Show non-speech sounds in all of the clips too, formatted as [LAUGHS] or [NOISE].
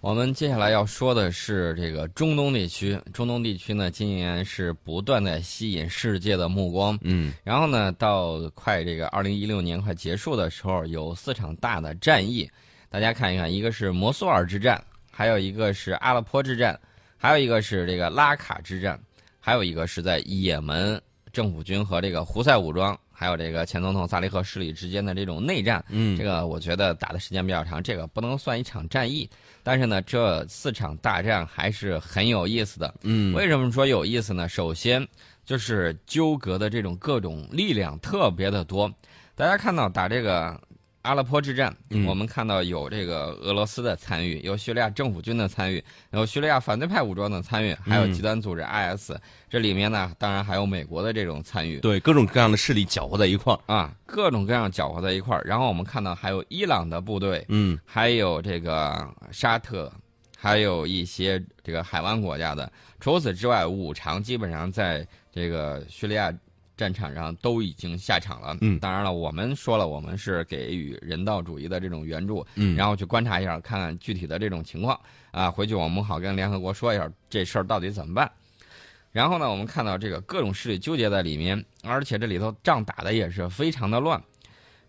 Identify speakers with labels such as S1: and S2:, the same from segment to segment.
S1: 我们接下来要说的是这个中东地区，中东地区呢，今年是不断的吸引世界的目光。
S2: 嗯，
S1: 然后呢，到快这个二零一六年快结束的时候，有四场大的战役，大家看一看，一个是摩苏尔之战，还有一个是阿勒颇之战，还有一个是这个拉卡之战，还有一个是在也门政府军和这个胡塞武装，还有这个前总统萨利赫势力之间的这种内战。
S2: 嗯
S1: 这个我觉得打的时间比较长，这个不能算一场战役，但是呢，这四场大战还是很有意思的。
S2: 嗯
S1: 为什么说有意思呢？首先就是纠葛的这种各种力量特别的多。大家看到打这个阿勒颇之战，
S2: 嗯
S1: 我们看到有这个俄罗斯的参与，有叙利亚政府军的参与，有叙利亚反对派武装的参与，还有
S2: 嗯
S1: 极端组织 IS。这里面呢，当然还有美国的这种参与。
S2: 对各种各样的势力搅和在一块儿。
S1: 啊，各种各样搅和在一块儿，然后我们看到还有伊朗的部队，
S2: 嗯
S1: 还有这个沙特，还有一些这个海湾国家的。除此之外，五常基本上在这个叙利亚战场上都已经下场了。
S2: 嗯
S1: 当然了，我们说了，我们是给予人道主义的这种援助，
S2: 嗯，
S1: 然后去观察一下，看看具体的这种情况啊，回去我们好跟联合国说一下这事儿到底怎么办。然后呢，我们看到这个各种势力纠结在里面，而且这里头仗打的也是非常的乱，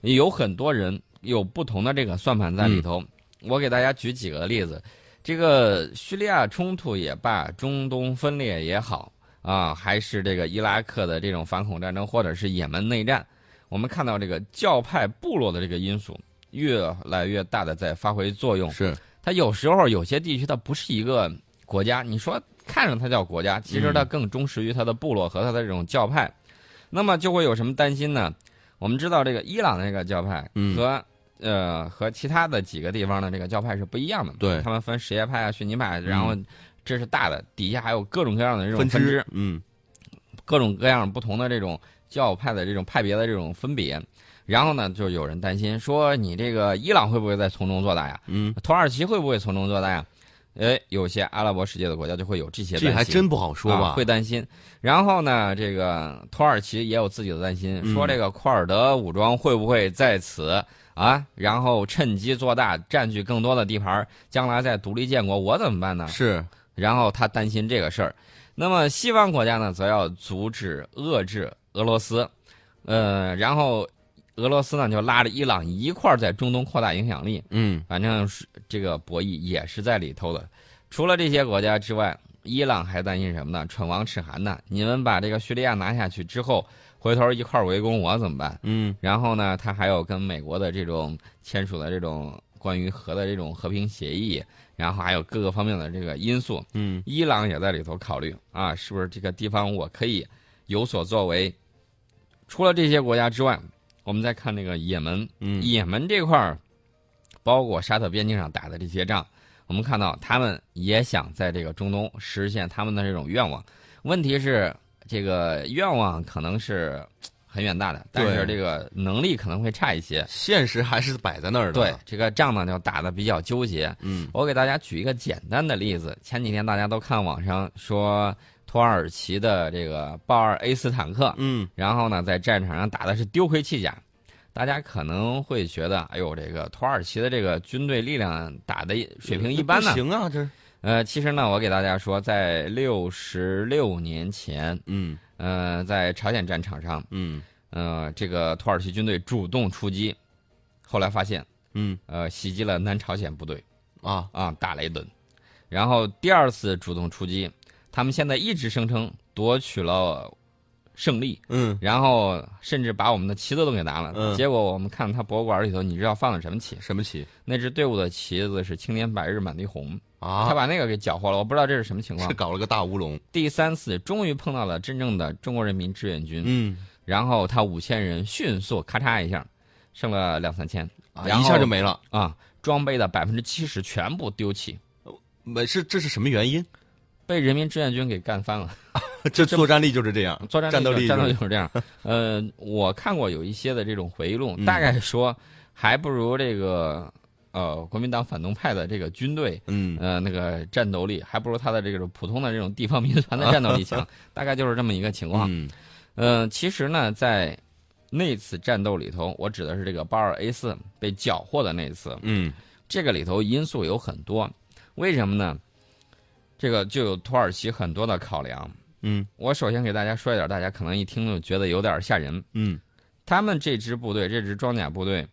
S1: 有很多人有不同的这个算盘在里头。我给大家举几个例子，这个叙利亚冲突也罢，中东分裂也好啊，还是这个伊拉克的这种反恐战争，或者是也门内战，我们看到这个教派部落的这个因素越来越大的在发挥作用。
S2: 是
S1: 它有时候有些地区它不是一个国家，你说看上它叫国家，其
S2: 嗯
S1: 实它更忠实于它的部落和它的这种教派，那么就会有什么担心呢？我们知道这个伊朗的这个教派
S2: 嗯
S1: 和、呃和其他的几个地方的这个教派是不一样的，
S2: 对嗯
S1: 他们分什叶派啊、逊尼派，然后这是大的，底下还有各种各样的这种
S2: 分
S1: 分支
S2: 支，嗯
S1: 各种各样不同的这种教派的这种派别的这种分别。然后呢，就有人担心说，你这个伊朗会不会在从中作大呀？
S2: 嗯，
S1: 土耳其会不会从中作大呀？哎，有些阿拉伯世界的国家就会有这些担心，
S2: 这还真不好说
S1: 啊
S2: 吧
S1: 会？担心。然后呢，这个土耳其也有自己的担心，
S2: 嗯
S1: 说这个库尔德武装会不会在此啊，然后趁机做大，占据更多的地盘儿，将来再独立建国，我怎么办呢？
S2: 是
S1: 然后他担心这个事儿。那么西方国家呢，则要阻止遏制俄罗斯，呃，然后俄罗斯呢就拉着伊朗一块儿在中东扩大影响力，
S2: 嗯
S1: 反正是这个博弈也是在里头的。除了这些国家之外，伊朗还担心什么呢？唇亡齿寒呐！你们把这个叙利亚拿下去之后，回头一块儿围攻我怎么办？
S2: 嗯
S1: 然后呢，他还有跟美国的这种签署的这种关于核的这种和平协议，然后还有各个方面的这个因素，
S2: 嗯
S1: 伊朗也在里头考虑啊，是不是这个地方我可以有所作为？除了这些国家之外，我们再看那个也门，
S2: 嗯
S1: 也门这块儿，包括沙特边境上打的这些仗，我们看到他们也想在这个中东实现他们的这种愿望。问题是，这个愿望可能是嘖很远大的，但是
S2: 对
S1: 这个能力可能会差一些。
S2: 现实还是摆在那儿的。
S1: 对，这个仗呢就打的比较纠结。
S2: 嗯
S1: 我给大家举一个简单的例子，前几天大家都看网上说土耳其的这个豹二 A 斯坦克，
S2: 嗯
S1: 然后呢，在战场上打的是丢盔弃甲。大家可能会觉得，哎呦，这个土耳其的这个军队力量打的水平一般呢
S2: 不。行啊，这
S1: 呃，其实呢，我给大家说，在六十六年前，
S2: 嗯
S1: 呃，在朝鲜战场上，
S2: 嗯
S1: 呃，这个土耳其军队主动出击，后来发现，
S2: 嗯
S1: 呃，袭击了南朝鲜部队
S2: 啊
S1: 啊，打了一顿。然后第二次主动出击，他们现在一直声称夺取了胜利，
S2: 嗯
S1: 然后甚至把我们的旗子都给拿了。
S2: 嗯
S1: 结果我们看他博物馆里头，你知道放的什么旗？
S2: 什么旗
S1: 那支队伍的旗子是“青天白日满地红”，他
S2: 啊？
S1: 把那个给搅和了。我不知道这是什么情况
S2: 是。搞了个大乌龙。
S1: 第三次终于碰到了真正的中国人民志愿军，
S2: 嗯
S1: 然后他五千人迅速咔嚓一下，剩了两三千
S2: 啊，
S1: 然后
S2: 一下就没了。
S1: 啊，装备的百分之七十全部丢弃，
S2: 没是这是什
S1: [LAUGHS]
S2: 么原因？
S1: 被人民志愿军给干翻了。
S2: 这作战力就是这样，
S1: 作战
S2: 战斗
S1: 力
S2: 力
S1: 战斗
S2: 是
S1: 力
S2: 吧
S1: 就是这
S2: [LAUGHS]
S1: 样。呃，我看过有一些的这种回忆录，
S2: 嗯
S1: 大概说还不如这个呃国民党反动派的这个军队。
S2: 嗯
S1: 呃，那个战斗力还不如他的这个普通的这种地方民团的战斗力
S2: [LAUGHS]
S1: 强，大概就是这么一个情况。
S2: 嗯
S1: 嗯、其实呢，在那次战斗里头，我指的是这个八二 A 四被缴获的那次，
S2: 嗯
S1: 这个里头因素有很多。为什么呢？这个就有土耳其很多的考量。
S2: 嗯
S1: 我首先给大家说一点，大家可能一听就觉得有点吓人。
S2: 嗯
S1: 他们这支部队，这支装甲部队，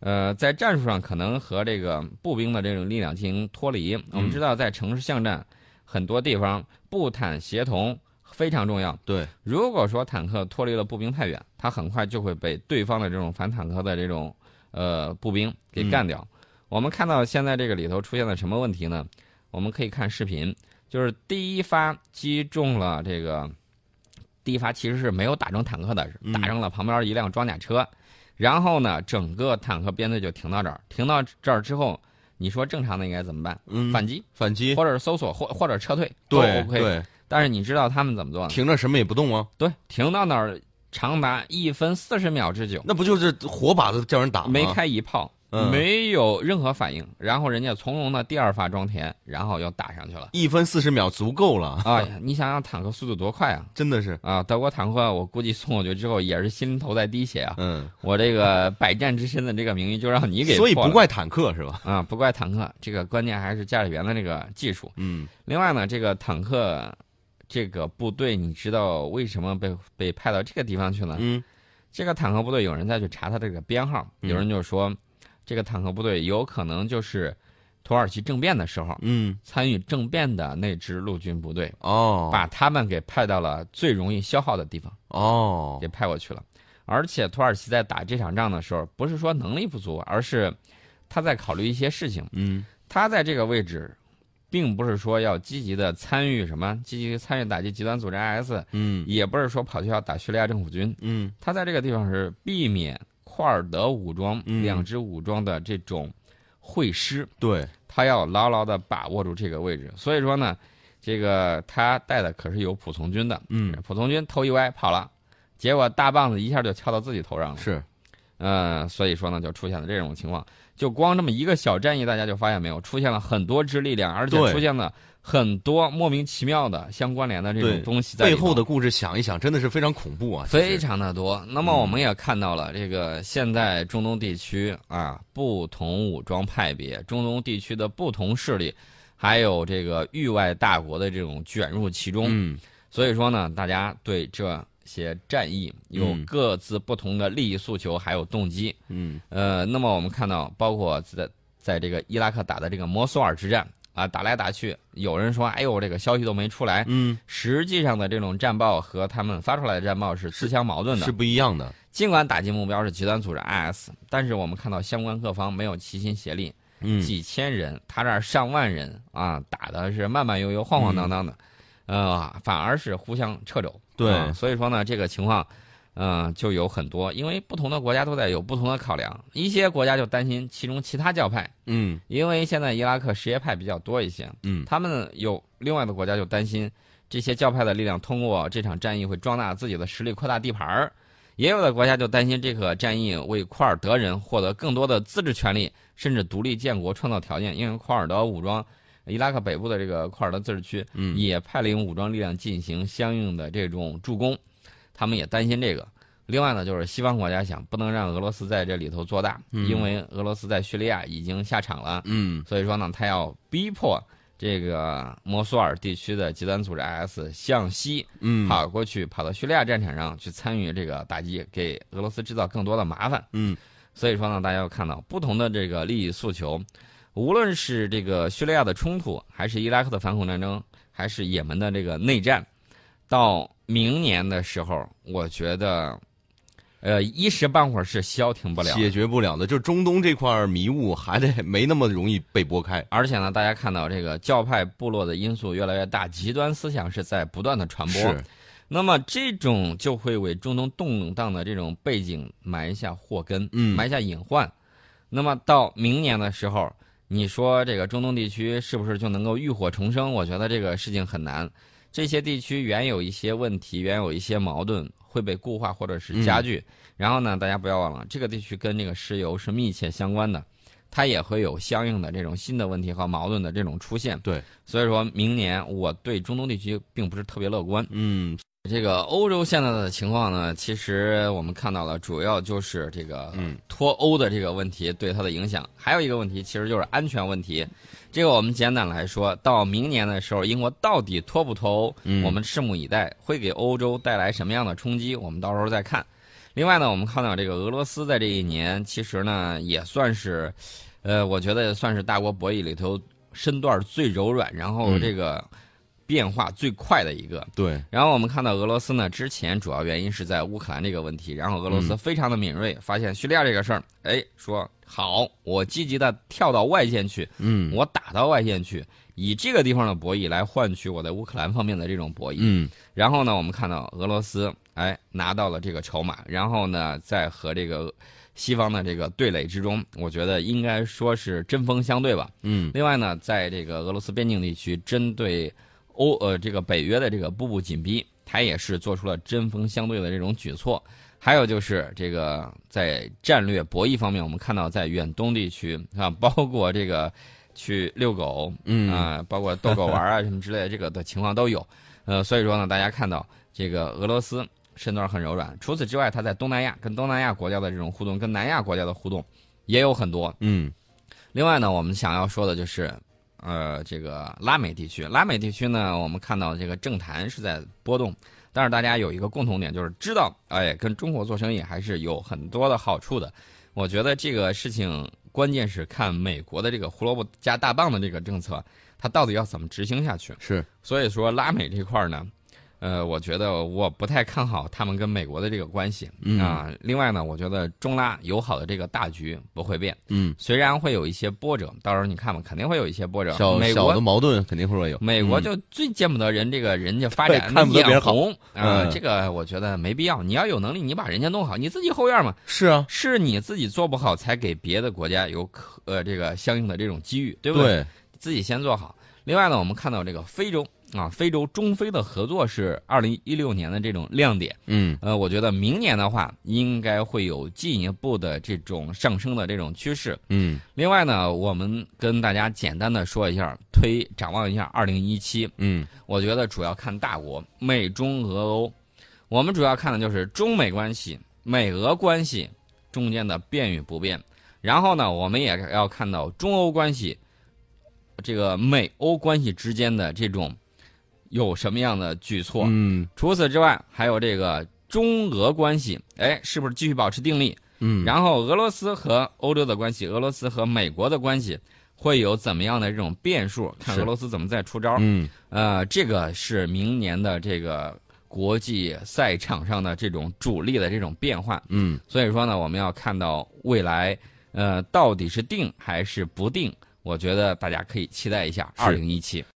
S1: 呃，在战术上可能和这个步兵的这种力量进行脱离。我们知道，在城市巷战很多地方，步坦协同非常重要。
S2: 对，
S1: 如果说坦克脱离了步兵太远，它很快就会被对方的这种反坦克的这种呃步兵给干掉。
S2: 嗯
S1: 我们看到现在这个里头出现了什么问题呢？我们可以看视频，就是第一发击中了这个，第一发其实是没有打中坦克的，
S2: 嗯
S1: 打中了旁边一辆装甲车。然后呢，整个坦克编队就停到这儿，停到这儿之后，你说正常的应该怎么办？
S2: 嗯，
S1: 反击，
S2: 反击，
S1: 或者是搜索，或或者撤退，都
S2: 对
S1: OK。嗯
S2: 对，
S1: 但是你知道他们怎么做呢？
S2: 停着什么也不动啊，
S1: 对，停到那儿长达一分四十秒之久，
S2: 那不就是活靶子叫人打吗？
S1: 没开一炮，
S2: 啊嗯
S1: 没有任何反应，然后人家从容的第二发装填，然后又打上去了。
S2: 一分四十秒足够了， [LAUGHS]
S1: 啊， [LAUGHS] 你想想坦克速度多快啊！
S2: 真的是，
S1: 啊，德国坦克，我估计送过去之后也是心头在滴血啊！
S2: 嗯，
S1: 我这
S2: [LAUGHS]
S1: 个百战之身的这个名誉就让你给
S2: 所以
S1: 破
S2: 不
S1: 了
S2: 怪坦克是吧？
S1: 啊，不怪坦克，这个关键还是驾驶员的这个技术。
S2: 嗯
S1: 另外呢，这个坦克这个部队，你知道为什么被被派到这个地方去呢？
S2: 嗯
S1: 这个坦克部队有人再去查他这个编号，
S2: 嗯
S1: 有人就说，这个坦克部队有可能就是土耳其政变的时候
S2: 嗯，
S1: 参与政变的那支陆军部队，
S2: 哦
S1: 把他们给派到了最容易消耗的地方，
S2: 哦
S1: 给派过去了。而且土耳其在打这场仗的时候，不是说能力不足，而是他在考虑一些事情。
S2: 嗯
S1: 他在这个位置，并不是说要积极的参与什么，积极地参与打击极端组织 IS，
S2: 嗯
S1: 也不是说跑去要打叙利亚政府军，
S2: 嗯
S1: 他在这个地方是避免库尔德武装、
S2: 嗯
S1: 两支武装的这种会师，
S2: 对，
S1: 他要牢牢的把握住这个位置。所以说呢，这个他带的可是有普从军的，
S2: 嗯
S1: 普从军头一歪跑了，结果大棒子一下就敲到自己头上了。
S2: 是，
S1: 嗯，所以说呢，就出现了这种情况。就光这么一个小战役，大家就发现没有，出现了很多支力量，而且
S2: 对
S1: 出现了很多莫名其妙的相关联的这
S2: 对
S1: 种东西在里
S2: 背
S1: 头
S2: 后的故事想一想，真的是非嗯常恐怖啊，其实
S1: 非常的多。那么我们也看到了，这个现在中东地区啊，不同武装派别、中东地区的不同势力，还有这个域外大国的这种卷入其中。
S2: 嗯
S1: 所以说呢，大家对这些战役有
S2: 嗯
S1: 各自不同的利益诉求，还有动机。
S2: 嗯
S1: 呃，那么我们看到，包括在在这个伊拉克打的这个摩苏尔之战啊，打来打去，有人说，哎呦，这个消息都没出来。
S2: 嗯
S1: 实际上的这种战报和他们发出来的战报是自相矛盾的
S2: 是。不一样的，
S1: 尽管打击目标是极端组织 IS，但是我们看到相关各方没有齐心协力，
S2: 嗯
S1: 几千人，他这儿上万人啊，打的是慢慢悠悠、晃晃荡荡的，呃，反而是互相掣肘。
S2: 对
S1: 啊所以说呢，这个情况，嗯、就有很多，因为不同的国家都在有不同的考量，一些国家就担心其中其他教派，
S2: 嗯
S1: 因为现在伊拉克什叶派比较多一些，
S2: 嗯
S1: 他们有另外的国家就担心这些教派的力量通过这场战役会壮大自己的实力，扩大地盘儿。也有的国家就担心这个战役为库尔德人获得更多的自治权利，甚至独立建国创造条件。因为库尔德武装，伊拉克北部的这个库尔德自治区，
S2: 嗯
S1: 也派领武装力量进行相应的这种助攻，他们也担心这个。另外呢，就是西方国家想不能让俄罗斯在这里头做大，
S2: 嗯
S1: 因为俄罗斯在叙利亚已经下场了，
S2: 嗯
S1: 所以说呢，他要逼迫这个摩苏尔地区的极端组织 IS 向西
S2: 嗯
S1: 跑过去，跑到叙利亚战场上去参与这个打击，给俄罗斯制造更多的麻烦。
S2: 嗯
S1: 所以说呢，大家要看到不同的这个利益诉求，无论是这个叙利亚的冲突，还是伊拉克的反恐战争，还是也门的这个内战，到明年的时候，我觉得，呃，一时半会儿是消停不了的。
S2: 解决不了的，就是中东这块迷雾还得没那么容易被拨开。
S1: 而且呢，大家看到这个教派部落的因素越来越大，极端思想是在不断的传播。
S2: 是，
S1: 那么这种就会为中东动荡的这种背景埋下祸根，
S2: 嗯
S1: 埋下隐患。那么到明年的时候，你说这个中东地区是不是就能够浴火重生？我觉得这个事情很难。这些地区原有一些问题，原有一些矛盾会被固化或者是加剧。然后呢，大家不要忘了，这个地区跟这个石油是密切相关的，它也会有相应的这种新的问题和矛盾的这种出现。
S2: 对，
S1: 所以说明年我对中东地区并不是特别乐观。
S2: 嗯，
S1: 这个欧洲现在的情况呢，其实我们看到了，主要就是这个
S2: 嗯
S1: 脱欧的这个问题对它的影响，还有一个问题其实就是安全问题。这个我们简短来说，到明年的时候，英国到底脱不脱欧，
S2: 嗯
S1: 我们拭目以待，会给欧洲带来什么样的冲击，我们到时候再看。另外呢，我们看到这个俄罗斯在这一年，其实呢也算是，呃，我觉得算是大国博弈里头身段最柔软，然后
S2: 嗯
S1: 这个变化最快的一个。
S2: 对，
S1: 然后我们看到俄罗斯呢，之前主要原因是在乌克兰这个问题，然后俄罗
S2: 嗯
S1: 斯非常的敏锐，发现叙利亚这个事儿，哎，说好，我积极的跳到外线去，
S2: 嗯
S1: 我打到外线去，以这个地方的博弈来换取我在乌克兰方面的这种博弈。
S2: 嗯
S1: 然后呢，我们看到俄罗斯哎拿到了这个筹码，然后呢，在和这个西方的这个对垒之中，我觉得应该说是针锋相对吧。
S2: 嗯
S1: 另外呢，在这个俄罗斯边境地区，针对欧呃这个北约的这个步步紧逼，它也是做出了针锋相对的这种举措。还有就是这个在战略博弈方面，我们看到在远东地区啊，包括这个去遛狗
S2: 嗯
S1: 啊、包括逗狗玩啊什么之类的，这个的情况都有。呃，所以说呢，大家看到这个俄罗斯身段很柔软。除此之外，它在东南亚跟东南亚国家的这种互动，跟南亚国家的互动也有很多。
S2: 嗯
S1: 另外呢，我们想要说的就是，呃，这个拉美地区，拉美地区呢，我们看到这个政坛是在波动，但是大家有一个共同点，就是知道，哎，跟中国做生意还是有很多的好处的。我觉得这个事情关键是看美国的这个胡萝卜加大棒的这个政策，它到底要怎么执行下去。
S2: 是
S1: 所以说拉美这块儿呢，呃，我觉得我不太看好他们跟美国的这个关系
S2: 嗯
S1: 啊。另外呢，我觉得中拉友好的这个大局不会变，
S2: 嗯，
S1: 虽然会有一些波折，到时候你看吧，肯定会有一些波折。
S2: 小
S1: 美
S2: 小的
S1: 国
S2: 矛盾肯定会有，嗯
S1: 美国就最见不得人这个人家发
S2: 对 [LAUGHS]
S1: 展
S2: 看不得别
S1: 眼
S2: 人好
S1: 红啊、
S2: 嗯
S1: 这个我觉得没必要。你要有能力，你把人家弄好，你自己后院嘛，
S2: 是啊，
S1: 是你自己做不好，才给别的国家有可呃这个相应的这种机遇，对不对？
S2: 对，
S1: 自己先做好。另外呢，我们看到这个非洲啊，非洲中非的合作是二零一六年的这种亮点。
S2: 嗯
S1: 呃，我觉得明年的话，应该会有进一步的这种上升的这种趋势。
S2: 嗯
S1: 另外呢，我们跟大家简单的说一下，推展望一下二零一七。
S2: 嗯
S1: 我觉得主要看大国，美中俄欧，我们主要看的就是中美关系、美俄关系中间的变与不变。然后呢，我们也要看到中欧关系，这个美欧关系之间的这种有什么样的举措。
S2: 嗯
S1: 除此之外，还有这个中俄关系，哎，是不是继续保持定力？
S2: 嗯，
S1: 然后俄罗斯和欧洲的关系，俄罗斯和美国的关系会有怎么样的这种变数？看
S2: 是
S1: 俄罗斯怎么再出招。
S2: 嗯
S1: 呃，这个是明年的这个国际赛场上的这种主力的这种变化。
S2: 嗯
S1: 所以说呢，我们要看到未来，呃，到底是定还是不定？我觉得大家可以期待一下
S2: 是
S1: 二零一七。